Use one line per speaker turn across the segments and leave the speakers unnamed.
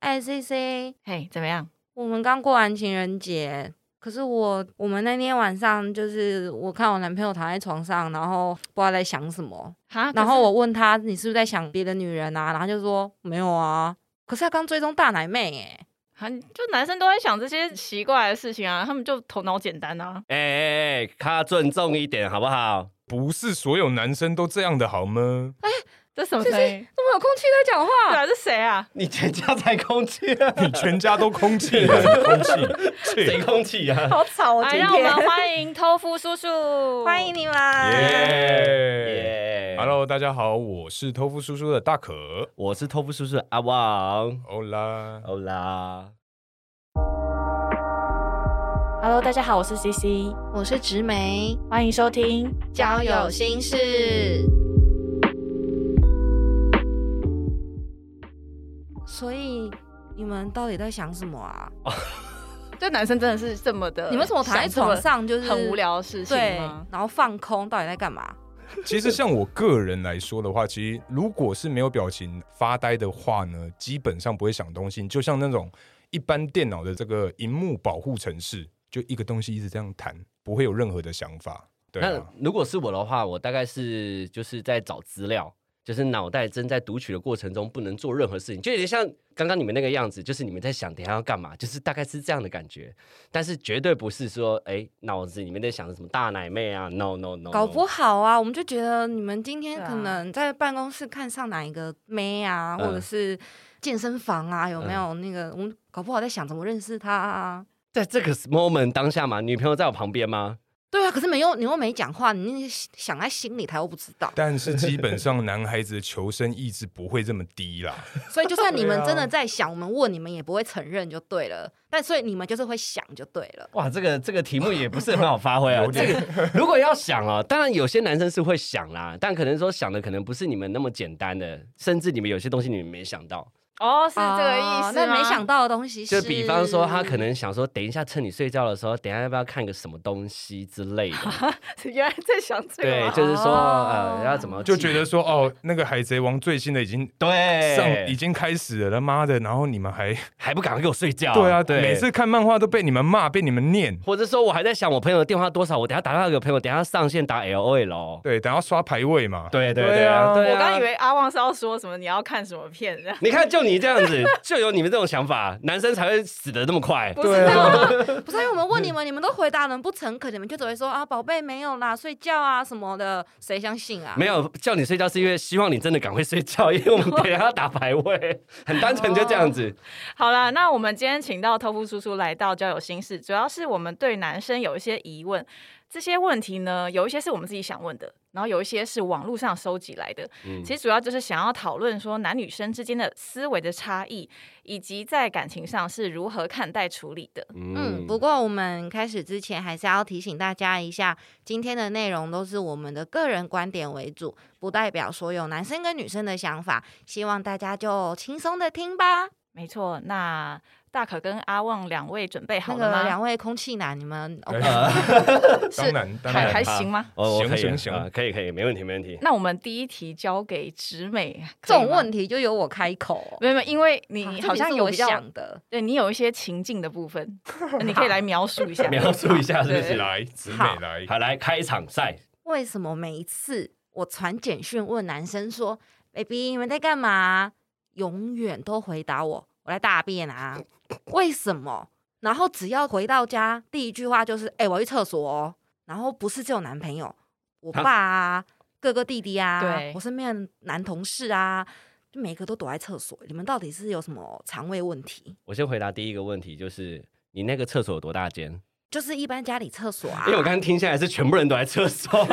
哎，C C，
嘿，怎么样？
我们刚过完情人节，可是我我们那天晚上就是我看我男朋友躺在床上，然后不知道在想什么，
哈，
然后我问他你是不是在想别的女人啊？然后他就说没有啊，可是他刚追踪大奶妹哎、
我，就男生都在想这些奇怪的事情啊，他们就头脑简单啊。
哎哎哎，他尊重一点好不好？
不是所有男生都这样的好 吗？
这什么声音？
怎么有空气在讲
对
话？
啊，这谁啊？
你全家才空气啊，
你全家都空气了， 空气，
谁
切
空气 啊？
好吵哦，
来，
今
哎让我们
天。
欢迎偷夫叔 叔，
欢迎。你们！
哎
耶
耶
！Hello，大家好，我是偷富叔叔的大可，
我是偷富叔叔阿旺，
欧啦，
好啦，
Hello，大家好，我是 CC，
我是植梅，
欢迎收听。
交友心事。所以你们到底在想什么啊？
这男生真的是这么的，
你们怎么躺在床上就是
很无聊的事情
对
吗？，
然后放空，到底在干嘛？
其实像我个人来说的话，其实如果是没有表情发呆的话呢，基本上不会想东西。就像那种一般电脑的这个荧幕保护程式，就一个东西一直这样弹，不会有任何的想法。对
那
啊，
如果是我的话，我大概是就是在找资料，就是脑袋正在读取的过程中不能做任何事情，就有点像刚刚你们那个样子，就是你们在想等一下要干嘛，就是大概是这样的感觉，但是绝对不是说哎脑子里面在想着什么大奶妹啊，no no no，, no
搞不好啊，我们就觉得你们今天
对啊
可能在办公室看上哪一个妹啊，
嗯
或者是健身房啊，有没有那个？我们搞不好在想怎么认识他啊。
在这个 moment 当下嘛，女朋友在我旁边吗？
对啊，可是没有，你又没讲话，你那些想在心里，他又不知 道。
但是基本上男孩子的求生意志不会这么低啦。
所以就算你们
对啊
真的在想，我们问你们也不会承认就对了。但所以你们就是会想就对了。
哇，这个这个题目也不是很好发挥啊。
有
这个如果要想啊，当然有些男生是会想啦，但可能说想的可能不是你们那么简单的，甚至你们有些东西你们没想到。
哦，是这个意思吗
哦那没想到的东西，
就是比方说，他可能想说，等一下趁你睡觉的时候，等一下要不要看个什么东西之类的？
原来在想这个
对
吗，
就是说，
哦
呃，要怎么
就觉得说，哦，那个《海贼王》最新的已经
对
上，已经开始了，他妈的！然后你们还
还不赶快给我睡觉？
对啊，每次看漫画都被你们骂，被你们念。
或者说我还在想我朋友的电话多少，我等一下打电话给我朋友，等一下上线打 L 哦 O L。
对，等下刷排位嘛。
对对
对啊
对啊！
我刚以为阿旺是要说什么你要看什么片，这样
你看，就你这样子，就有你们这种想法，男生才会死的那么快。
不是这样吗？
不是因为我们 问你们，你们都回答得很不诚恳，你们就只会说啊，宝贝没有啦，睡觉啊什么的，谁相信啊？
没有叫你睡觉，是因为希望你真的赶快睡觉，因为我们等一下要打排位，很单纯就这样
哦
子。
好啦，那我们今天请到偷夫叔叔来到交友心事，主要是我们对男生有一些疑问，这些问题呢，有一些是我们自己想问的，然后有一些是网络上收集来的。
嗯
其实主要就是想要讨论说男女生之间的思维的差异，以及在感情上是如何看待处理的。
嗯，不过我们开始之前还是要提醒大家一下，今天的内容都是我们的个人观点为主，不代表所有男生跟女生的想法，希望大家就轻松的听吧。
没错，那大可跟阿旺两位准备
那
好了
个
吗？
两位空气男，你 们、哦
哎当
是
然， 当
还
然
还，行吗？
哦，我
行
可以
行行
啊可以可以，没问题没问题。
那我们第一题交给直美，
这种
题
问题就由我开口。哦
没有，没有因为你
这
好
题
像
是
有
我
比较
想的，
对你有一些情境的部分，你可以来描述一下。
描述一下是不
对
是？
来，直美来，
好，来开场赛，
为什么每一次我传简讯问男生说 “baby，你们在干嘛”，永远都回答我“我在大便 啊”？为什么？然后只要回到家，第一句话就是“哎、我要去厕所哦”。然后不是只有男朋友，我爸啊，哥哥弟弟啊
对，
我身边的男同事啊，就每个都躲在厕所。你们到底是有什么肠胃问题？
我先回答第一个问题，就是你那个厕所有多大间？
就是一般家里厕所啊
哎因为，我刚刚听下来是全部人都在厕 所，我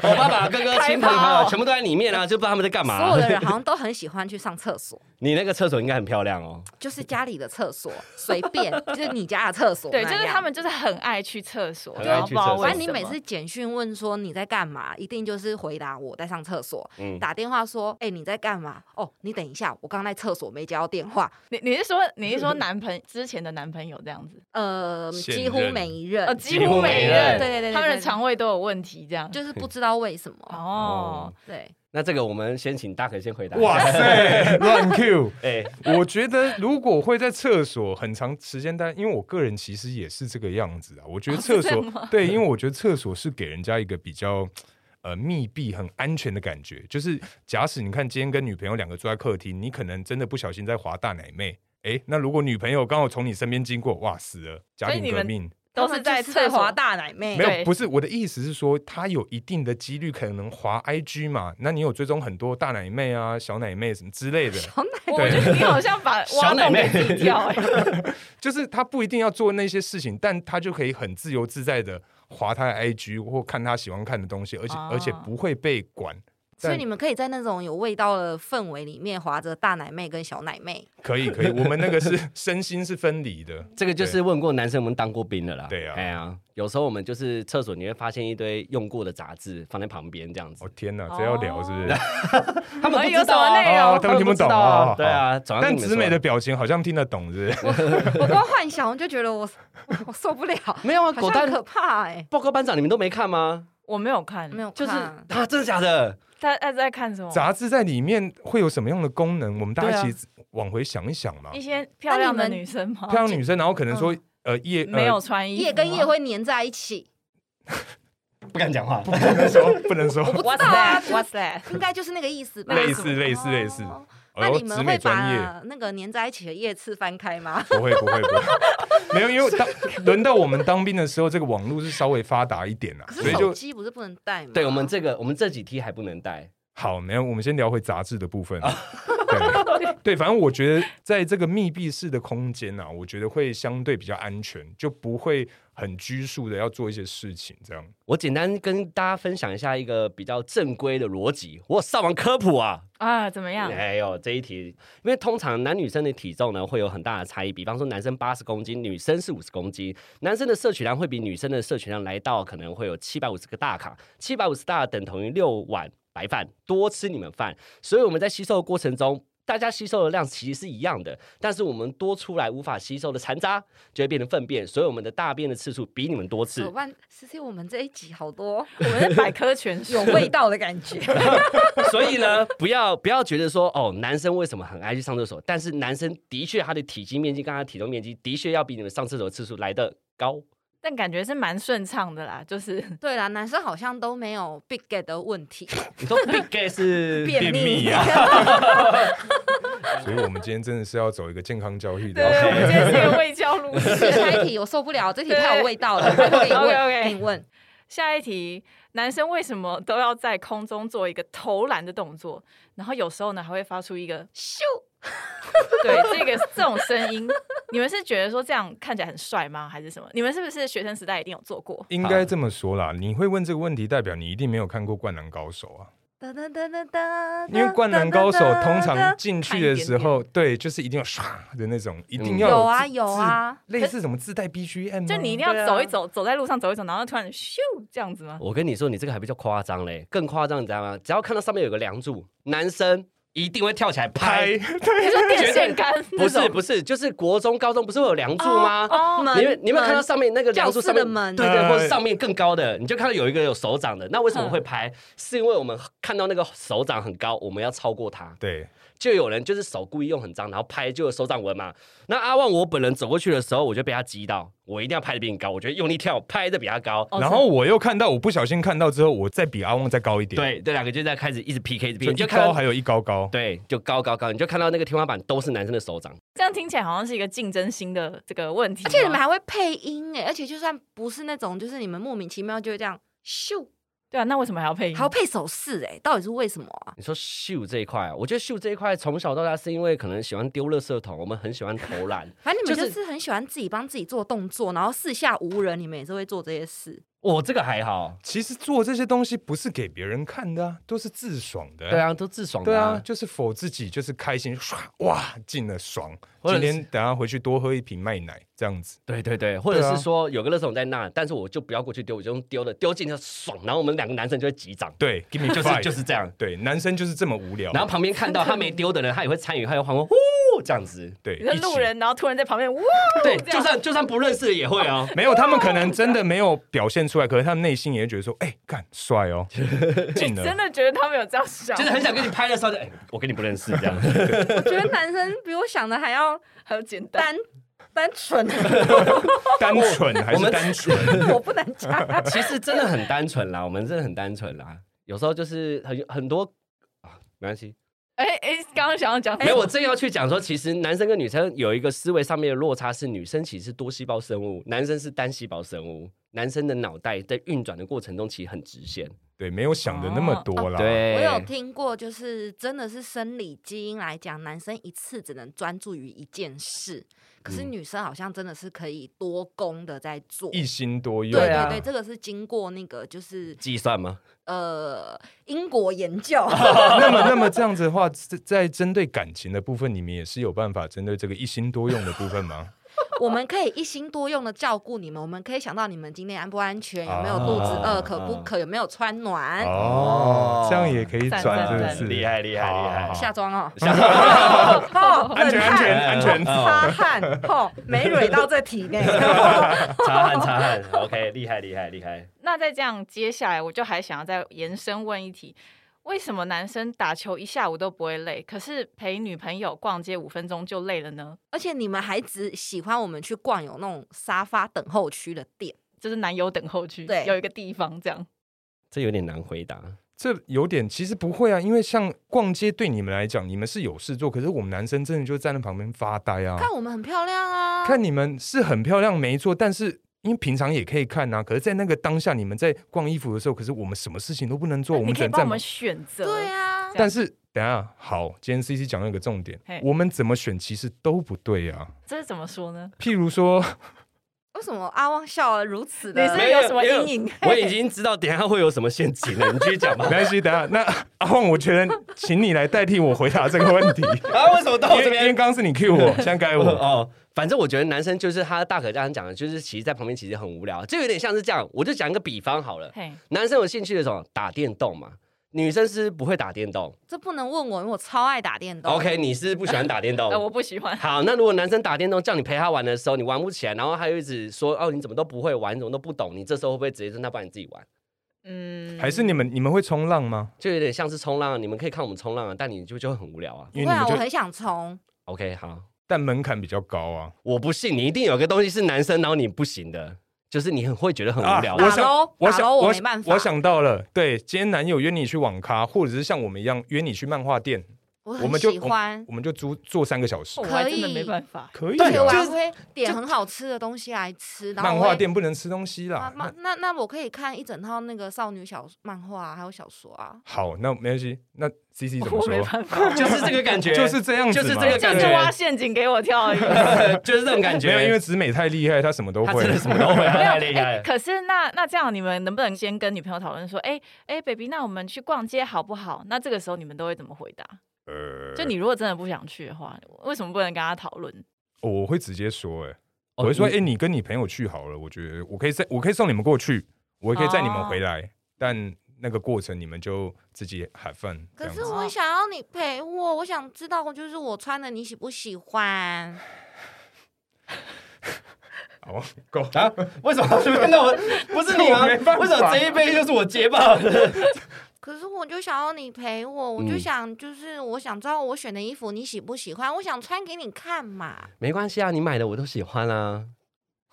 爸爸、哥哥、亲朋 好友全部都在里面啊，就不知道他们在干
哦所有
嘛。
的人好像都很喜欢去上厕所。
你那个厕所应该很漂亮哦。
就是家里的厕所，随便，就是你家的厕所那
对，
样。
就是他们就是很爱去厕所，
很
然
爱
后
去
不知道
厕所
为
反正你
什么
每次简讯问说你在干嘛，一定就是回答我在上厕所。
嗯，
打电话说，哎、你在干嘛？哦，你等一下，我刚在厕所没接到电话。
你你是说你是说男朋之前的男朋友这样子？
呃，
现
几乎每一任，
呃，
几
几
乎
乎
每
每
一
一
任
任，
对对对对
他们的
对
肠胃都有问题，这样。
就是不知道为什么。
哦，
对，
那这个我们先请大可先回答。
哇！塞，乱 Q！
哎、
我觉得如果会在厕所很长时间待，因为我个人其实也是这个样子啊。我
哦
觉得厕所、对，因为我觉得厕所是给人家一个比较。呃，密闭很安全的感觉，就是假使你看今天跟女朋友两个坐在客厅，你可能真的不小心在滑大奶妹，诶，那如果女朋友刚好从你身边经过，哇，死了，家
所以
庭
你
革
们
命
都是在
翠
翠
华
华大。
大奶妹
没。有，
对
不是我的意思是说，他有一定的几率可能滑 IG 嘛，那你有追踪很多大奶妹啊、小奶妹什么之类的，
我觉得你好像把
小
挖
奶
洞
妹
给自己跳，哎
就是他不一定要做那些事情，但他就可以很自由自在的划他的 IG 或看他喜欢看的东西，而且、
哦
而且不会被管。
所以
但
你们可以在那种有味道的氛围里面，划着大奶妹跟小奶 妹。
可以可以，我们那个是 身心是分离的。
这个就是问过男生有没有当过兵的啦。
对啊
哎呀，有时候我们就是厕所你会发现一堆用过的杂志放在旁边这样子
哦，天哪，这要聊是不是？
他们不知
哎有什
道
么
啊，
内容
哦？他们听不懂
啊
啊。
对啊，早上
但
跟你们
子美
说
的表情好像听得懂，是不是？
我光幻想我就觉得我我受不了，
没有啊，
好
狗
像
蛋
可怕哎，
报告班长，你们都没看吗？
我没有看，
没有
就是
看
啊，真的假的？
他他在看什
哦
么？
杂志在里面会有什么样的功能？我们大
对
家
啊
一起往回想一想嘛
一。些漂亮
那
的
你们
女生吗？
漂亮女生，然后可能
嗯
说，呃，夜
没 有穿衣服吗，
夜跟夜会粘在一起，
不敢讲话。
呃不能说，不能说，
我不知
What's
道啊，
that?
就是
What's that?
应该就是那个意思吧？
类似类似类似。
哦
哎
那
呦
你
子
们
美
会
专业。
把那个粘在一起的叶刺翻开吗？
不会不会不会，没有，因为当轮到我们当兵的时候，这个网络是稍微发达一点啊，
可
所
是
以
手
就
机不是不能带吗？
对我们这个，我们这几题还不能带。
好。没有，我们先聊回杂志的部分。对 对，反正我觉得在这个密闭式的空间啊，我觉得会相对比较安全，就不会很拘束的要做一些事情这样。
我简单跟大家分享一下一个比较正规的逻辑，我有上网科普啊。
啊？怎么样？
哎呦，这一题，因为通常男女生的体重呢会有很大的差异，比方说男生八十公斤，女生是五十公斤，男生的摄取量会比女生的摄取量来到可能会有七百五十个大卡，七百五十大等同于六碗白饭，多吃你们饭，所以我们在吸收的过程中。大家吸收的量其实是一样的，但是我们多出来无法吸收的残渣就会变成粪便，所以我们的大便的次数比你们多
怎
次
么。办？其实我们这一集好多
我们是百科全书
有，味道的感 觉，
所以呢，不要不要觉得说哦，男生为什么很爱去上厕所？但是男生的确他的体积面积跟他的体重面积的确要比你们上厕所的次数来的高。
但感觉是蛮顺畅的啦，就是
对啦，男生好像都没有 big gay 的问 题，
你说 big gay 是
便秘啊，
所以我们今天真的是要走一个健康教育
对， 我们今
的。
天是一 个卫教路线。
下一题我受不了，这 题太有味道了，我给你问，
OK，OK
给你问，
下一题，男生为什么都要在空中做一个投篮的动作？然后有时候呢，还会发出一个
咻，
对这个这种声音。你们是觉得说这样看起来很帅吗？还是什么？你们是不是学生时代一定有做过？
应该这么说啦，你会问这个问题，代表你一定没有看过《灌篮高手》啊。
哒哒哒哒哒，
因为《灌篮高手》通常进去的时
看
候，对，就是一定要唰的那种，一定
嗯
要
有啊
自
有啊，
自类似什么自带 BGM，啊
就你一定
对
要
啊
走一走，走在路上走一走，然后突然咻这样子吗？
我跟你说，你这个还比较夸张嘞，更夸张你知道吗？只要看到上面有个梁柱，男生一定会跳起来拍。
拍，对
你说电线杆
不
哦
是不
是
是，就是国中、高中不是会有梁柱吗？
哦，
门
你们你们看到上面那个
教
梁
哦室
柱
的
上面
门嗯
对对，
嗯
或者上面更高的，你就看到有一个有手掌的，那为什么会拍？是因为我们看到那个手掌很高，我们要超过它，
对，
就有人就是手故意用很脏，然后拍就有手掌纹嘛。那阿旺我本人走过去的时候，我就被他激到，我一定要拍的比你高，我觉得用力跳拍的比他高。
哦
然后我又看到，我不小心看到之后，我再比阿旺再高一点，，
对，这两个就在开始一直 PK，一直 PK，
就
你
一
就看到
高还有一高高，
对，就高高高，你就看到那个天花板都是男生的手掌。
这样听起来好像是一个竞争心的这个问题
而
吗。
且你们还会配音哎，而且就算不是那种，就是你们莫名其妙就会这样咻，
对啊，那为什么还要配音？
还要配手势哎，到底是为什么啊？
你说秀这一块啊，我觉得秀这一块从小到大是因为可能喜欢丢垃圾桶，我们很喜欢投篮。
反正你们
就
就是是很喜欢自己帮自己做动作，然后四下无人，你们也是会做这些事。
我这个还好，
其实做这些东西不是给别人看的、啊，都是自爽的、
对。啊，都自爽
对
的、
啊，就是否自己就是开心，唰哇进了爽。
或者
今
是
天等下回去多喝一瓶麦奶，这样子。
对对对，或者
对啊
是说有个垃圾桶在那，但是我就不要过去丢，我就用丢的丢进去爽，然后我们两个男生就会击掌，
对，give me
就是
five，
就是这样。
对，男生就是这么无聊。
然后旁边看到他没丢的人，他也会参与，他也会喊我，呼，这样子。
对，
你是
一起
路人，然后突然在旁边哇，
对，
这
就
样
算就算不认识的也会哦。
没有，他们可能真的没有表现出来，可是他们内心也觉得说，哎，干帅哦，进
哎真
了。
的觉得他们有这样想，
就是很想跟你拍的时候就，哎、 我跟你不认识 这 样。
我觉得男生比我想的还要
很简单。
单单 纯，
单纯还
我
是
们
单纯？
我不能讲。
其实真的很单纯啦，我们真的很单纯啦。有时候就是很很多啊，没关系。
哎哎，刚刚想要讲什么，
没有，我正要去讲说，其实男生跟女生有一个思维上面的落差是，女生其实是多细胞生物，男生是单细胞生物。男生的脑袋在运转的过程中其实很直线，
对，没有想的那么多
哦
啦。，
我有听过，就是真的是生理基因来讲，男生一次只能专注于一件事，可是
嗯
女生好像真的是可以多工的在做。
一心多用。
对
啊
对 对，这个是经过那个就是
计算吗？
呃英国研 究，
那么，那么这样子的话，在在针对感情的部分，你们也是有办法针对这个一心多用的部分吗？
我们可以一心多用的照顾你们，我们可以想到你们今天安不安全，有没有
啊
肚子
啊
饿，渴不渴，有没有穿暖，
哦
哦，
这样也可以
赞
转，真
赞
的
赞
是
厉害厉害
好
厉害
好好
下妆 哦，
下
妆，
安全安全哦安全。
擦汗， 吼，没蕊到这体内。
擦汗擦汗，OK，厉害厉害厉害。
那再这样，接下来我就还想要再延伸问一题：为什么男生打球一下午都不会累，可是陪女朋友逛街五分钟就累了呢？
而且你们还只喜欢我们去逛有那种沙发等候区的店，
就是男友等候区，
对
有一个地方这样。
这有点难回答。
这有点其实不会啊，因为像逛街对你们来讲，你们是有事做，可是我们男生真的就站在旁边发呆啊。
看我们很漂亮
嗯
啊。
看你们是很漂亮没错，但是因为平常也可以看啊，可是，在那个当下，你们在逛衣服的时候，可是我们什么事情都不能做，我
你
们只
可以
能
帮
在
我
忙
们。选择，
对啊，
但是等一下好，今天 C C 讲到一个重点
嘿，
我们怎么选其实都不对啊。
这是怎么说呢？
譬如说，
为什么阿旺笑得如此
你
的？
啊是有什么阴影？
我已经知道等一下会有什么陷阱了，你继续讲吧
没。关系，等一下那阿旺，我觉得请你来代替我回答这个问题，
啊，为什么到
因为因为刚刚是你 Q 我，现在该我。
哦，反正我觉得男生就是他大可这样讲的，就是其实在旁边其实很无聊，就有点像是这样。我就讲一个比方好了，
嘿，
男生有兴趣的什么打电动嘛，女生是不会打电动。
这不能问我，因为我超爱打电动。
OK，你是不喜欢打电动
呃，。我不喜欢。
好，那如果男生打电动叫你陪他玩的时候，你玩不起来，然后他又一直说哦你怎么都不会玩，你怎么都不懂，你这时候会不会直接让他帮你自己玩？
嗯，
还是你们你们会冲浪吗？
就有点像是冲浪啊，你们可以看我们冲浪啊，但你就就会很无聊啊。
因
不
为
会
你
啊，
们
我
就
很想冲。
OK，好，
但门槛比较高啊。
我不信你一定有个东西是男生，然后你不行的，就是你很会觉得很无聊
啊
的。
我
打
想
喽，
我
打
想
喽，我
想
没办法。
我想到了，对，今天男友约你去网咖，或者是像我们一样约你去漫画店，
我
我
很
们就
喜欢。
我们就租坐三个小时
我，还真的
可以
没办法。
可以
而且我
啊。
还会点很好吃的东西来吃，然后
漫
我
画
会
店不能吃东西啦
啊。漫那那我可以看一整套那个少女小漫画啊、还有小说啊。
好，那没关系。那 C C 怎么
我没
说？
办法，
就是这个感觉，
就是这样子
就
嘛，
是这个
就
感
是
觉
挖陷阱给我跳而已。
就是这种感觉。
没有，因为子美太厉害，她什么都
他
会
真。 的什么都会，他
没有
太厉害
哎
了。
可是那那这样，你们能不能先跟女朋友讨论说，哎、哎、b a b y 那我们去逛街好不好？那这个时候你们都会怎么回答？
呃
就你如果真的不想去的话，为什么不能跟他讨论？
哦我会直接说，哎，
哦
我会说，
你
哎，你跟你朋友去好了，我觉得我可以在，我可以送你们过去，我也可以载你们回来，但那个过程你们就自己 have fun
可
这样
是
子。啊
我想要你陪我，我想知道就是我穿的你喜不喜欢。
好，够
啊？为什么随便让我？不是你吗？
这我没办法
为什么这一杯就是我结巴？
可是我就想要你陪我，我就
嗯
想就是我想知道我选的衣服你喜不喜欢，我想穿给你看嘛。
没关系啊，你买的我都喜欢啊。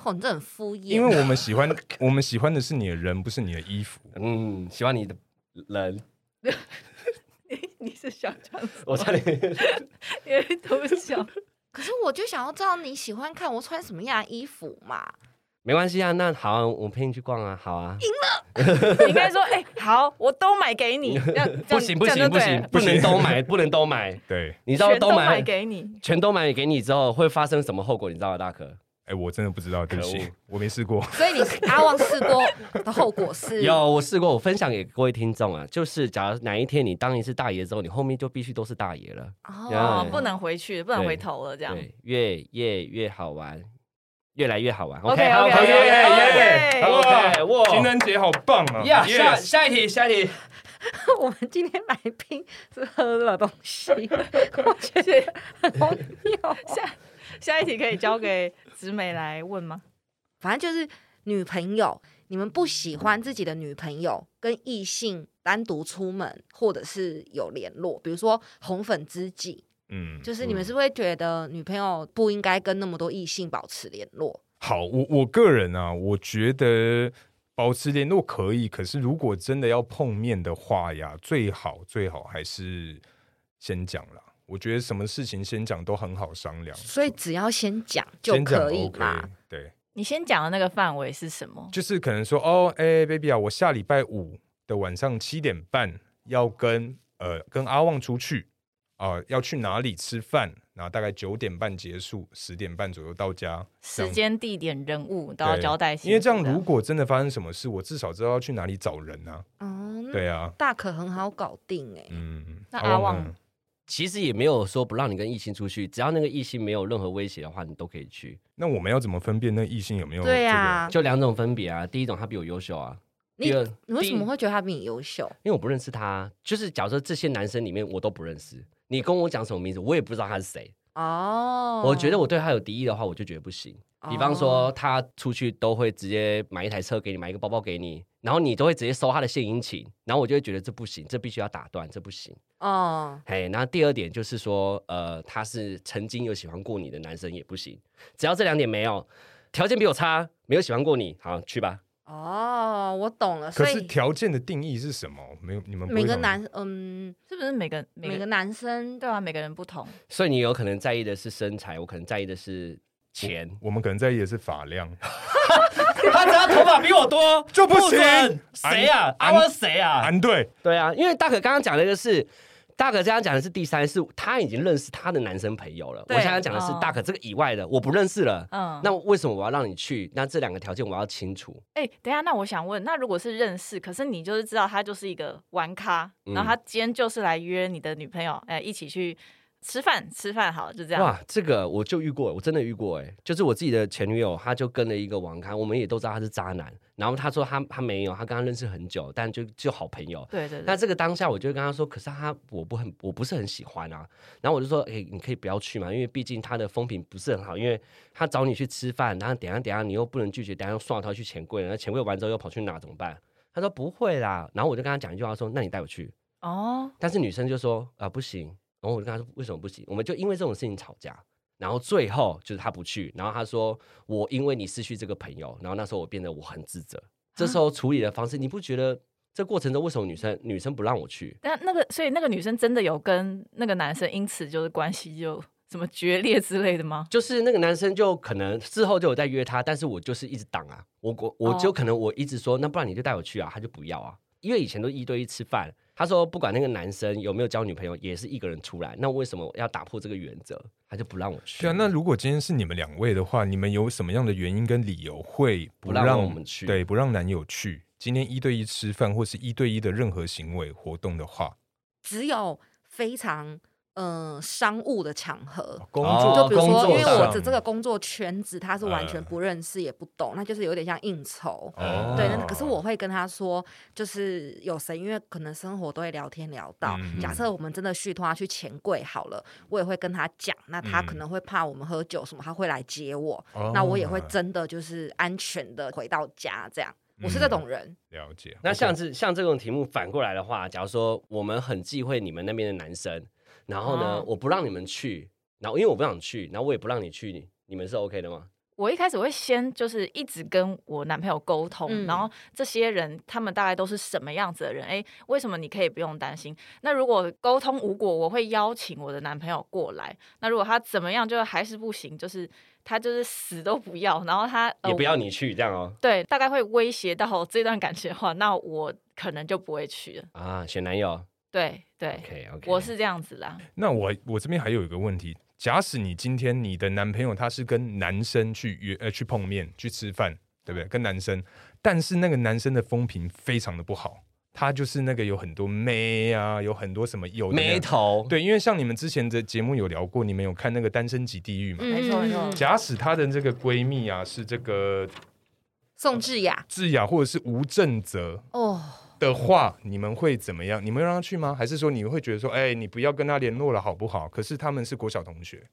哦，你这很敷衍。
因为我们喜欢，我们喜欢的是你的人，不是你的衣服。
嗯，喜欢你的人，
你是想这样子，
我差 点。
你都想。
可是我就想要知道你喜欢看我穿什么样的衣服嘛。
没关系啊，那好啊，我陪你去逛啊，好啊。
你 应该说，哎、好，我都买给你。这样
不行不行不行，，不 能都买，不能都买。
对，
你
你
知道
全
都
都买
买，
给你。
全都买给你之后会发生什么后果？你知道吗，大可？
哎，我真的不知道，对不
可
起
恶，
我没试过。
所以 你阿旺试过的后果是，
有，我试过，我分享给各位听众啊，就是假如哪一天你当一次大爷之后，你后面就必须都是大爷了。
哦
有
哦，不能回去，不能回头了，这样。
对，越夜越好玩，越来越好玩。
OK，OK，OK，
好耶耶
OK
，OK，哇，
情人节好棒啊
呀，下
Yes
下一题，下一题，
我们今天来宾是喝了东西，我觉得很荒谬。
下下一题可以交给直美来问吗？
反正就是女朋友，你们不喜欢自己的女朋友跟异性单独出门，或者是有联络，比如说红粉知己，
嗯，
就是你们是不是会觉得女朋友不应该跟那么多异性保持联络？
好，我我个人啊，我觉得保持联络可以，可是如果真的要碰面的话呀，最好最好还是先讲啦。我觉得什么事情先讲都很好商量，
所以只要先讲就
先讲
可以
OK，
嘛。
对，
你先讲的那个范围是什么？
就是可能说哦，哎、b a b y 啊，我下礼拜五的晚上七点半要跟呃跟阿旺出去啊、要去哪里吃饭，然后大概九点半结束，十点半左右到家，这
时
样
间、地点、人物都要
对
交代清楚。
因为这样如果真的发生什么事，我至少知道要去哪里找人啊。
哦，那
对啊，
大可很好搞定哎、
嗯，
那阿旺
呢
其实也没有说不让你跟异性出去，只要那个异性没有任何威胁的话，你都可以去。
那我们要怎么分辨那异性有没有、这个？
对啊呀、
就两种分别啊，第一种他比我优秀啊，
你
第二
你为什么？
第一
会觉得他比你优秀？
因为我不认识他啊，就是假设这些男生里面我都不认识，你跟我讲什么名字，我也不知道他是谁。
哦，
我觉得我对他有敌意的话，我就觉得不行。比方说，他出去都会直接买一台车给你，买一个包包给你，然后你都会直接收他的现金情，然后我就会觉得这不行，这必须要打断，这不行。
哦，
哎，那第二点就是说，呃，他是曾经有喜欢过你的男生也不行，只要这两点没有，条件比我差，没有喜欢过你，好去吧。
哦哦，我懂了。
可
所
是
以
条件的定义是什么？没有，你们不
每
会
个
想
男，嗯，
是不是每个每
每个
个
男生
对啊，每个人不同。
所以你有可能在意的是身材，我可能在意的是钱。
我们可能在意的是发量，
他只要头发比我多
就不行
准谁呀？
俺
阿文谁
啊，
呀？
对，
对啊，因为大可刚刚讲的一个是。大可刚刚讲的是第三，是他已经认识他的男生朋友了。我
对
现在讲的是
哦
大可这个以外的，我不认识了。
嗯，
那为什么我要让你去？那这两个条件我要清楚。
哎、等一下，那我想问，那如果是认识，可是你就是知道他就是一个玩咖，然后
嗯
他今天就是来约你的女朋友，哎、一起去吃饭，吃饭好，就这样。
哇，这个我就遇过，我真的遇过哎、就是我自己的前女友，她就跟了一个网咖，我们也都知道他是渣男，然后她说她她没有，她跟他认识很久，但就就好朋友，
对对对
那，这个当下，我就跟他说，可是他我不很我不是很喜欢啊。然后我就说，哎、你可以不要去嘛，因为毕竟他的风评不是很好，因为他找你去吃饭，然后等一下等一下你又不能拒绝，等一下又算了他去钱柜了，那钱柜完之后又跑去哪怎么办？他说不会啦。然后我就跟他讲一句话说，那你带我去。
哦，
但是女生就说啊、不行。然后我就跟他说为什么不行？我们就因为这种事情吵架。然后最后就是他不去，然后他说我因为你失去这个朋友，然后那时候我变得我很自责。这时候处理的方式，你不觉得这过程中为什么女生女生不让我去？
那那个，所以那个女生真的有跟那个男生因此就是关系就什么决裂之类的吗？
就是那个男生就可能事后就有在约她，但是我就是一直挡啊，我我我
哦
就可能我一直说，那不然你就带我去啊，他就不要啊，因为以前都一对一吃饭，他说不管那个男生有没有交女朋友，也是一个人出来，那为什么要打破这个原则？他就不让我去。
对啊，那如果今天是你们两位的话，你们有什么样的原因跟理由会
不让
让
我们去
对，不让男友去？今天一对一吃饭或是一对一的任何行为活动的话，
只有非常嗯、呃商务的场合。
工
哦
就比如
工
说，
作
因为我
上
的这个工作圈子他是完全
呃
不认识也不懂，那就是有点像应酬。
哦
对，那可是我会跟他说，就是有谁，因为可能生活都会聊天聊到。
嗯
假设我们真的续托他去钱柜好了，我也会跟他讲，那他可
嗯
能会怕我们喝酒什么，他会来接我，
哦
那我也会真的就是安全的回到家这样。我
嗯
是这种人，
了解。
那像
OK
这像这种题目反过来的话，假如说我们很忌讳你们那边的男生，然后呢，
哦
我不让你们去，然后因为我不想去，然后我也不让你去，你你们是 OK 的吗？
我一开始会先就是一直跟我男朋友沟通，
嗯
然后这些人他们大概都是什么样子的人？哎，为什么你可以不用担心？那如果沟通无果，我会邀请我的男朋友过来。那如果他怎么样，就还是不行，就是他就是死都不要，然后他、呃
也不要
我
你去这样哦。
对，大概会威胁到这段感情的话，那我可能就不会去了。
啊，选男友
对对
，OK OK，
我是这样子啦。
那我我这边还有一个问题，假使你今天你的男朋友他是跟男生去约呃去碰面去吃饭，对不对？跟男生，但是那个男生的风评非常的不好，它就是那个有很多妹啊，有很多什么有的没
眉
有
头，
对，因为像你们之前的节目有聊过，你们有看那个《单身即地狱》嘛？
嗯
没错没错
嗯
假使她的这个闺蜜啊是这个
宋智雅
智雅或者是吴正泽
哦，
的话，你们会怎么样？你们会让她去吗？还是说你们会觉得说，哎、你不要跟她联络了，好不好？可是他们是国小同学，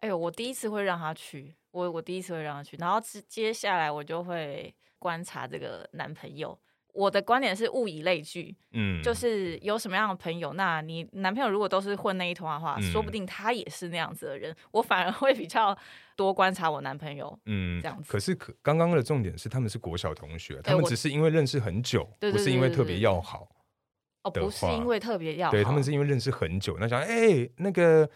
哎呦，我第一次会让他去，我我第一次会让他去，然后接接下来我就会观察这个男朋友。我的观点是物以类聚，
嗯，
就是有什么样的朋友，那你男朋友如果都是混那一通的话，说不
嗯
定他也是那样子的人。我反而会比较多观察我男朋友。
嗯
这样子
可是可刚刚的重点是，他们是国小同学，他
对
们
我
只是因为认识很久，
对对
不是
对
因为
对
特
对
别
对
要好。
哦，
的
不是
话
因为特别要
对他们
好啊
是因为认识很久，那想哎、那个、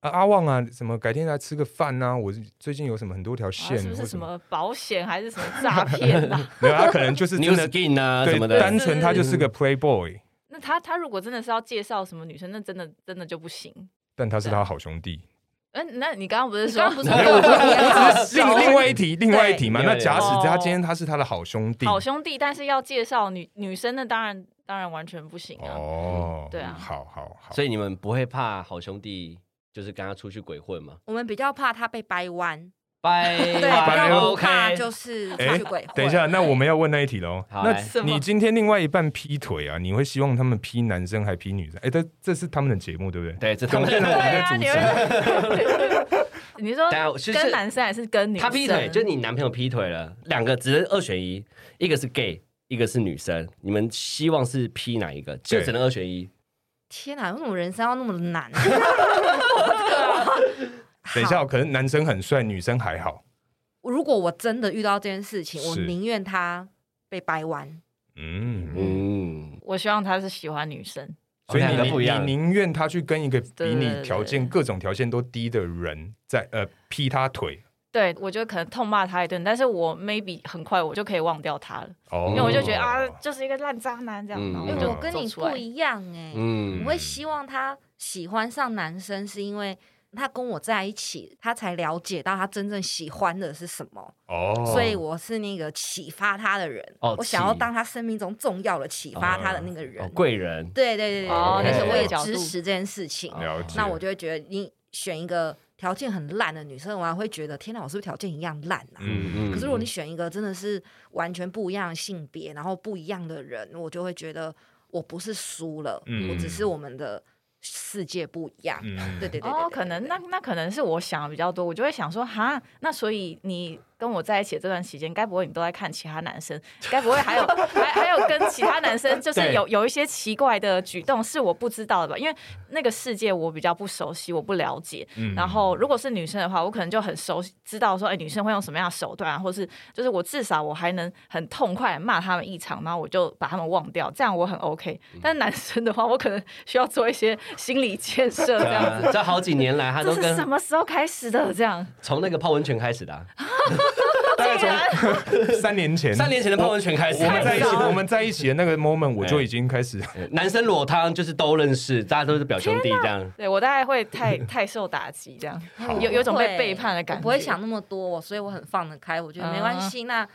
啊、阿旺啊，什么改天来吃个饭呐、我最近有什么很多条
啊
线，
是不
或
是
什
什么保险还是什 么诈骗啊？
没有，他可能就是
New
真的
Skin 啊什
对
么的，
单纯他就是个
嗯
playboy，
那他他如果真的是要介绍什么女生，那真的真的就不行。
但他是他好兄弟。哦
嗯、那你 刚刚不是说
刚刚不是
没有我
我
只是另 另外一题，另外一题嘛。
对
那假使他
哦
今天他是他的好兄弟，
好兄弟，但是要介绍女女生，那当然当然完全不行啊。
哦，
对啊
好好好，
所以你们不会怕好兄弟就是跟他出去鬼混吗？
我们比较怕他被掰 弯，
拜
对，比
掰
较不
OK，
怕就是出
哎
去鬼混。
等一下，那我们要问那一题喽。
好
那
来
什么
你今天另外一半劈腿啊，你会希望他们劈男生还劈女生？哎，这这是他们的节目，对不对？
对，这
怎
他
么
们
变成我们在
啊，
主
你
持人？
会 你说
等一下是是
跟男生还是跟女生？
他劈腿，就你男朋友劈腿了，两个只能二选一，一个是 gay，一个是女生，你们希望是劈哪一个？就
对
只能二选一。
天哪，为什么人生要那么难？啊
等一下哦，可能男生很帅，女生还好。
如果我真的遇到这件事情，我
是
宁愿他被掰弯。
嗯，
嗯，哦
我希望他是喜欢女生，
所以
两个
你
不一
你
样
你宁愿他去跟一个比
对对
你
对
条件
对
各种条件都低的人在呃劈他腿
对我就可能痛骂他一顿，但是我 maybe 很快我就可以忘掉他了，
哦，
因为我就觉得啊，就是一个烂渣男这样。
嗯
然后
哎、
我
嗯
就
我跟你
走出来
不一样哎、
嗯
我会希望他喜欢上男生，是因为他跟我在一起，他才了解到他真正喜欢的是什么。
哦，
所以我是那个启发他的人，
哦
我想要
启
当他生命中重要的启发他的那个人。
哦贵人，
对对对对，对
哦
而且我也
种
那
支
角度
持这件事情。
了解。
那我就会觉得，你选一个条件很烂的女生，我还会觉得天哪，我是不是条件一样烂啊？
嗯
可是如果你选一个真的是完全不一样的性别，然后不一样的人，我就会觉得我不是输了，
嗯
我只是我们的世界不一样。
嗯
对对对对
哦，
对
可能那那可能是我想的比较多，我就会想说，哈，那所以你跟我在一起的这段期间，该不会你都在看其他男生？该不会 还有还还有跟其他男生，就是
对
有有一些奇怪的举动是我不知道的吧？因为那个世界我比较不熟悉，我不了解。
嗯
然后如果是女生的话，我可能就很熟悉，知道说，哎，女生会用什么样的手段啊，或是就是我至少我还能很痛快地骂他们一场，然后我就把他们忘掉，这样我很 OK。但男生的话，我可能需要做一些心理建设这
对
样
啊
子。，
这好几年来他
这
都
是什
跟
么时候开始的？这样
从那个泡温泉开始的啊，
大 概从 三年 前，
三年前的泡温泉开始
我们在一起，
太早了
我们在一起的那个 moment，我就
哎
已经开 始。
呃男生裸汤就是都认识，大家都是表兄弟这样。
对我大概会太太受打击，这样
好
有有种
对
被背叛的感觉。
我不会想那么多，我所以我很放得开，我觉得
啊
没关系。那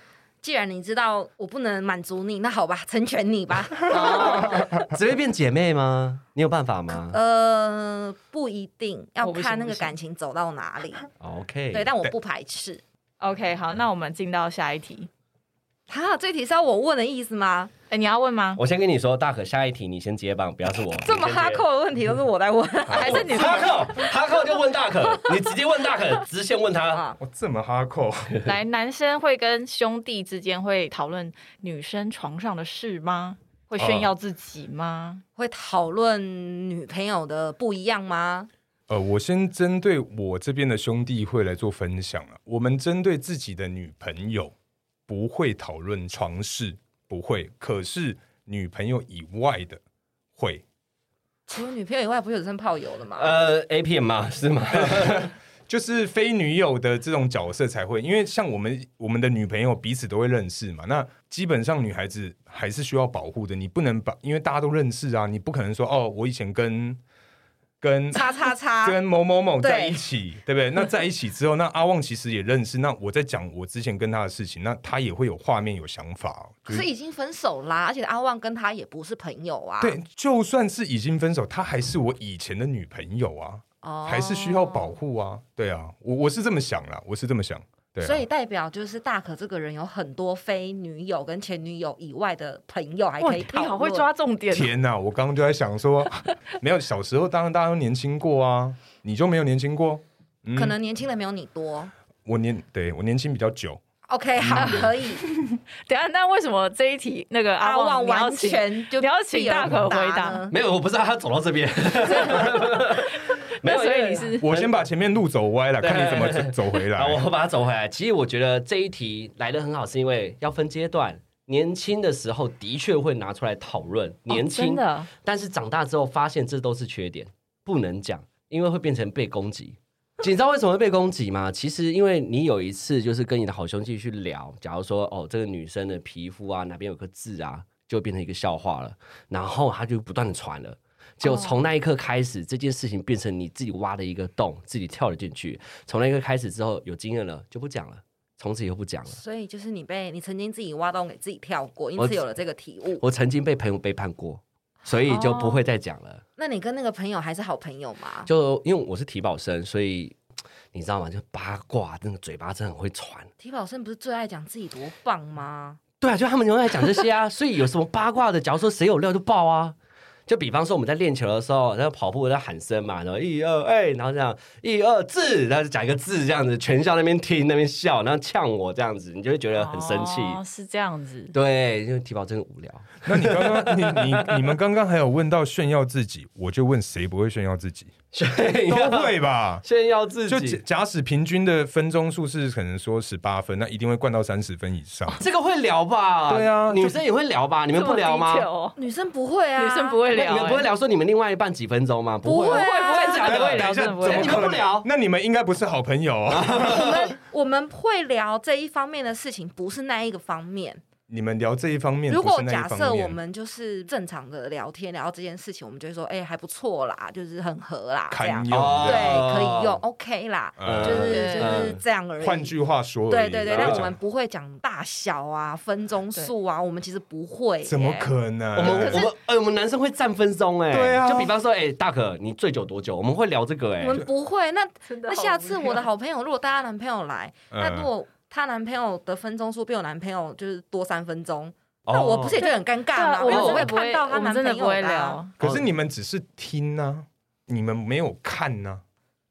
既然你知道我不能满足你，那好吧，成全你吧。
只会变姐妹吗？你有办法吗
呃，不一定要
我不行
看那
我
个
不行
感情走到哪里。
？OK，
对，但我不排斥。
OK，好，那我们进到下一题。
啊，这题是要我问的意思吗？
哎，你要问吗？
我先跟你说，大可下一题你先接棒，不要是我。
这么
你先接
哈扣的问题都是我在问，
还是你
哈扣哈扣就问大可， 你直接问大可，直线问
啊
他。
我哦这么哈扣，
来？男生会跟兄弟之间会讨论女生床上的事吗？会炫耀自己吗？
会讨论女朋友的不一样吗？
呃，我先针对我这边的兄弟会来做分享啊。我们针对自己的女朋友，不会讨论床事，不会。可是女朋友以外的会，
除了女朋友以外，不是有剩炮友了吗？
呃，A 片吗？是吗？
就是非女友的这种角色才会。因为像我们我们的女朋友彼此都会认识嘛，那基本上女孩子还是需要保护的。你不能把，因为大家都认识啊，你不可能说哦，我以前跟。跟
叉叉叉，
跟某某某
对
在一起，对不对？那在一起之后，那阿旺其实也认识。那我在讲我之前跟他的事情，那他也会有画面、有想法哦。
可
就是
已经分手啦，而且阿旺跟他也不是朋友啊。
对，就算是已经分手，她还是我以前的女朋友啊，
哦，
还是需要保护啊。对啊，我我是这么想啦，我是这么想。对、啊，
所以代表就是大可这个人有很多非女友跟前女友以外的朋友，还
哇，
可以
你
讨论。
好会抓重点哦，
天哪、我刚刚就在想说， 没有小时候，当然大家都年轻过啊，你就没有年轻过？嗯
可能年轻的没有你多。
我年对我年轻比较久，
OK，好，
嗯
可以。
等一下，那为什么这一题那个
阿
阿
旺
旺你要
完
请
全就
你要请
避而
大
不
可
答
回答
呢
没有，我不知道他走到这 边，没
那
有，
所以
因为
你是
我先把前面路走歪了，
对
看你怎么走走回
啊，
来。
我把它走回来。其实我觉得这一题来的很好，是因为要分阶段。年轻的时候的确会拿出来讨论，年轻、
哦真的啊
但是长大之后发现这都是缺点，不能讲，因为会变成被攻击。你知道为什么会被攻击吗？其实因为你有一次就是跟你的好兄弟去聊，假如说哦这个女生的皮肤啊哪边有颗痣啊，就变成一个笑话了，然后他就不断的传了。结果从那一刻开始，这件事情变成你自己挖了一个洞，自己跳了进去。从那一刻开始之后，有经验了就不讲了，从此以后不讲了。
所以就是你被你曾经自己挖洞给自己跳过，因
我
此有了这个体悟。
我曾经被朋友背叛过，所以就不会再讲了。
那你跟那个朋友还是好朋友吗？
就因为我是体保生，所以你知道吗？就八卦那个嘴巴真的很会传。
体保生不是最爱讲自己多棒吗？
对啊，就他们永远在讲这些啊， 所以有什么八卦的，假如说谁有料就爆啊。就比方说我们在练球的时候，然后跑步在喊声嘛，然后一二哎，然后这样一二字，然后就讲一个字这样子，全校那边听那边笑，然后呛我这样子，你就会觉得呃很生气。
哦是这样子。
对，因为体保真的无聊。
那你刚刚你你你们刚刚还有问到炫耀自己，我就问谁不会炫耀自己？
炫
都
耀
会吧？
炫耀自
就假
己，
假使平均的分钟数是可能说十八分，那一定会灌到三十分以上。
这个会聊吧？
对啊
女生也会聊吧？你
你
们不聊吗？
女生不会啊，
哦女生不会
那
聊、
你们不会
欸
聊说你们另外一半几分钟吗？
哎不
会
会
啊，
啊
不会讲
真的
不会聊，
等一下
真的不会
怎
聊
么
你。
可
们
能
不聊
那你们应该不是好朋友哦。
我们我们会聊这一方面的事情，不是那一个方面。
你们聊这一方面，
如
不
果
是那
假
一
设
方
我
面。
们就是正常的聊天，聊到这件事情，我们就会说，哎、还不错啦，就是很合啦，这
堪
样
用
哦
对，
的，
可以用，OK 啦，
呃
就是就是
嗯
这样而已。
换句话说而已，
对对对，
不要
但我
讲
们不会讲大小啊、分钟数啊，我们其实不会耶。
怎么可能？
我们我们哎，我们男生会占分钟哎，
对啊
就比方说哎，大可你醉酒多久？我们会聊这个哎
我，们不会。那
真的
那
好
下次
无聊
我的 好朋友，如果带她男朋友来，那如
嗯
果她男朋友的分钟数比我男朋友就是多三分钟，
哦
那我不是也就很尴尬
对啊
吗？
我
因为
们
我
真的不
看到她
我们
男朋
真的不会
友的啊。
聊。
可是你们只是听呢，你们没有看呢，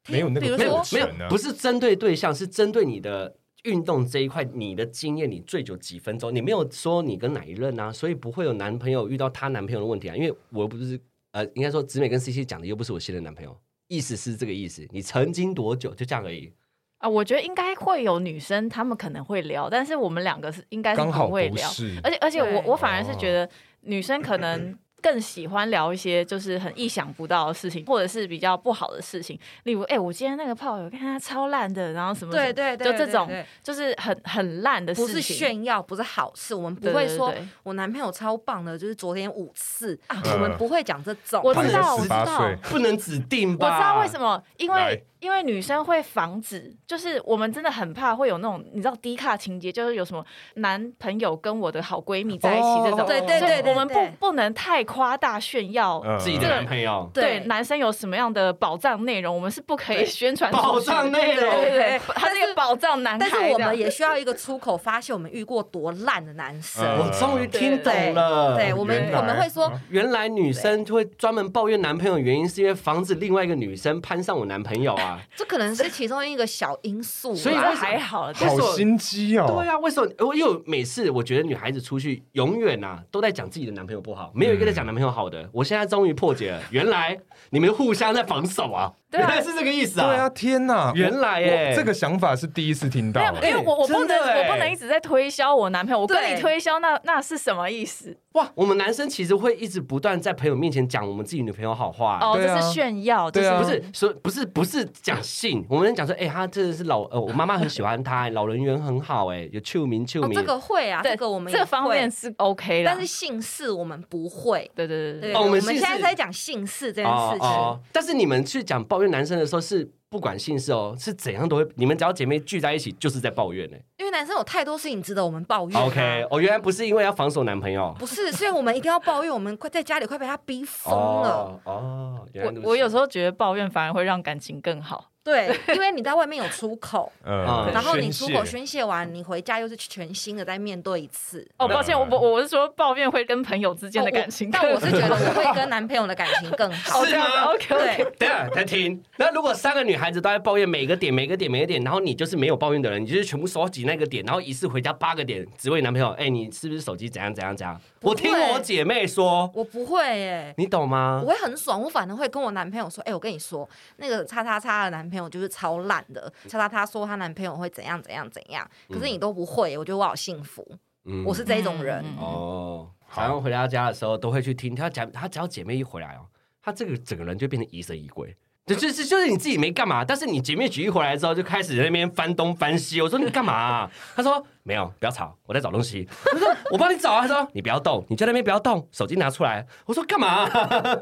没有那
比
个
如
没有
过
说
没有
程啊呢
不。是针对对象，是针对你的运动这一块，你的经验，你醉酒几分钟，你没有说你跟哪一任啊，所以不会有男朋友遇到她男朋友的问题啊，因为我又不是呃，应该说子美跟 C C 讲的又不是我现任男朋友，意思是这个意思，你曾经多久就这样而已。
啊，我觉得应该会有女生，她们可能会聊，但是我们两个是应该是
刚好
不会
不
聊。
是，哦
而且而且我
对
我反而是觉得女生可 能更喜欢聊一些就是很意想不到的事情，或者是比较不好的事情，例如哎、我今天那个炮友看他超烂的，然后什么什
对
么
对对，
就这种
对对
就是很很烂的
不
事
是
情。
炫耀，不是好事，我们不
对
会
对
说
对
我男朋友超棒的，就是昨天五次，啊
嗯
我们不会讲这种。
我
他
知
才
道，我知
18
道
岁，
不能指定吧？
我知道为什
么。
么，因
来
为因为女生会防止，就是我们真的很怕会有那种你知道低卡情节，就是有什么男朋友跟我的好闺蜜在一起
哦
这种，
对对
所以
对对
我们
对
不不能太夸大炫耀。
嗯
自己的男朋友。
对男生有什么样的宝藏内容，我们是不可以宣传出去的
宝藏内容
对对对
对，
他是一个宝藏男孩
但是
这样。
我们也需要一个出口，发泄我们遇过多烂的男生。
嗯
我终于听懂了，
对，我们
原来
我们会说，
原来女生会专门抱怨男朋友，的原因是因为防止另外一个女生攀上我男朋友啊。
这可能是其中一个小因素啦。
所以
这还好，
为什
好
么
心机哦。
对啊，为什么？我因为每次我觉得女孩子出去，永远啊都在讲自己的男朋友不好，没有一个在讲男朋友好的。我现在终于破解了，原来你们互相在防守啊，
对啊
原来是这个意思
对
啊。
啊，，天哪！
原来耶
我这个想法是第一次听到
没有，
欸。
因为我我不
啊真的
能
欸
我不能一直在推销我男朋友，我跟
对
你推销那那是什么意思？
哇，我们男生其实会一直不断在朋友面前讲我们自己女朋友好话、
哦，
对
这
啊
是炫耀，这
对
是
啊
不是说不是不是讲性，我们讲说，哎、他真的是老呃，我妈妈很喜欢他、老人缘很好、哎，有臭名臭
哦，
名、
这个会啊，
对
这个我们也
这方面
会，
是 OK 的，
但是姓氏我们不会对
对对对
对，
对
哦我
我
们
们
姓
现在
氏
是在讲姓氏这件
哦
事情。
哦，但是你们去讲抱怨男生的时候是不管姓氏哦，是怎样都会，你们只要姐妹聚在一起就是在 抱怨呢、欸
因为男生有太多事情值得我们抱怨啊。
OK，哦，原来不是因为要防守男朋友。
不是，所以我们一定要抱怨，我们快在家里快被他逼疯了。
哦哦，原来
我我有时候觉得抱怨反而会让感情更好。
对，因为你在外面有出 口，
呃
对
然后你出
宣
口
泄
宣泄完，你回家又是全新的再面对一次。
哦，
那
抱歉，我我我是说抱怨会跟朋友之间的
哦
感情
我
更
但
好。
我是觉得我会跟男朋友的感情更好
哦。这样子
是吗
，OK
对
OK，，
等一下，再听。那如果三个女孩子都在抱怨每个点、每个点、每个点，然后你就是没有抱怨的人，你就是全部收集那个点，然后一次回家八个点，只问你男朋友：“哎、你是不是手机怎样怎样怎样？”
不
我
会
听我姐妹说，
我不会耶、
你懂吗
我？会很爽，我反而会跟我男朋友说：“哎、我跟你说，那个叉叉叉的男朋友就是超烂的。叉叉叉说她男朋友会怎样怎样怎样，可是你都不会耶、我觉得我好幸福。
嗯
我是这种人，
嗯
哦，好像回到家的时候都会去听。她姐，她只要姐妹一回来哦，她这个整个人就变成疑神疑鬼。就就是就是你自己没干嘛，但是你姐妹局一回来之后就开始在那边翻东翻西。我说你干嘛啊、她说没有，不要吵，我在找东西。我说我帮你找啊。她说你不要动，你就在那边不要动，手机拿出来。我说干嘛啊、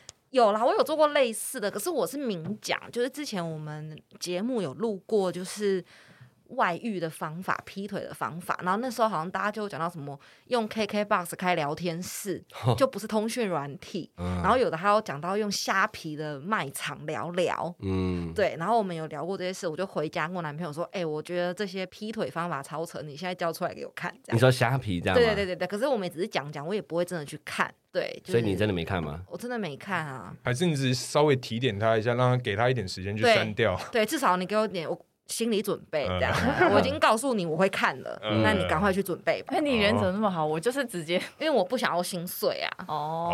有啦，我有做过类似的，可是我是明讲，就是之前我们节目有录过，就是外遇的方法、劈腿的方法，然后那时候好像大家就有讲到什么用 KKBox 开聊天室，就不是通讯软体，然后有的还有讲到用虾皮的卖场聊聊。
嗯，
对，然后我们有聊过这些事，我就回家跟我男朋友说：“哎、我觉得这些劈腿方法超扯，你现在交出来给我看。”这
你
样，
说虾皮这样吗？
对对对对对。可是我们也只是讲讲，我也不会真的去看。对，就是、
所以你真的没看吗？
我真的没看啊。
还是你只是稍微提点他一下，让他给他一点时间去
对
删掉。
对，至少你给我点我心理准备，这样、啊
嗯
我已经告诉你我会看了，
嗯
那你赶快去准备吧
哎，，你人怎么那么好？我就是直接
因为我不想要心碎啊。
哦，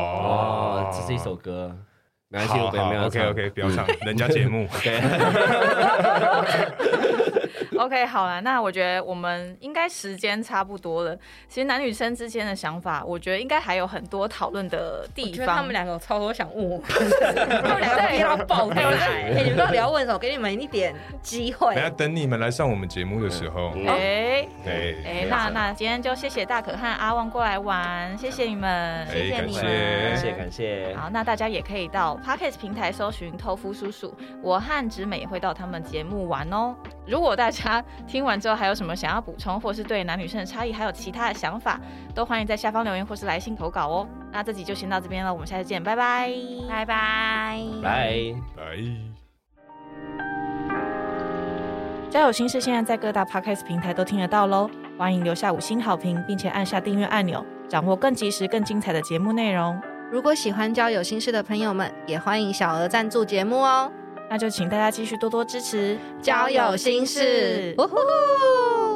哦，这是一首歌，没关系，我
好
不要
好
没有
OK
唱嗯
OK，不要唱人家节目。
对。
OK，好了，那我觉得我们应该时间差不多了。其实男女生之间的想法，我觉得应该还有很多讨论的地
我觉得
方。
他们两个有超多想问我们 的，他们两个憋到爆炸。 哎、你们到底要问什么？给你们一点机会
等。下等你们来上我们节目的时候，
嗯
哎
哎
哎，那那今天就谢谢大可和阿旺过来玩，谢谢你们。
哎，感
你
谢
感谢感谢。
好，那大家也可以到 Podcast 平台搜寻“偷夫叔叔”，我和直美也会到他们节目玩哦。如果大家听完之后还有什么想要补充，或是对男女生的差异还有其他的想法，都欢迎在下方留言或是来信投稿哦。那这集就先到这边了，我们下次见，拜拜，
拜拜。
拜。
来。
交友心事现在在各大 Podcast 平台都听得到喽，欢迎留下五星好评，并且按下订阅按钮，掌握更及时、更精彩的节目内容。
如果喜欢交友心事的朋友们，也欢迎小额赞助节目哦。
那就请大家继续多多支持
交友心事，呜呼呼。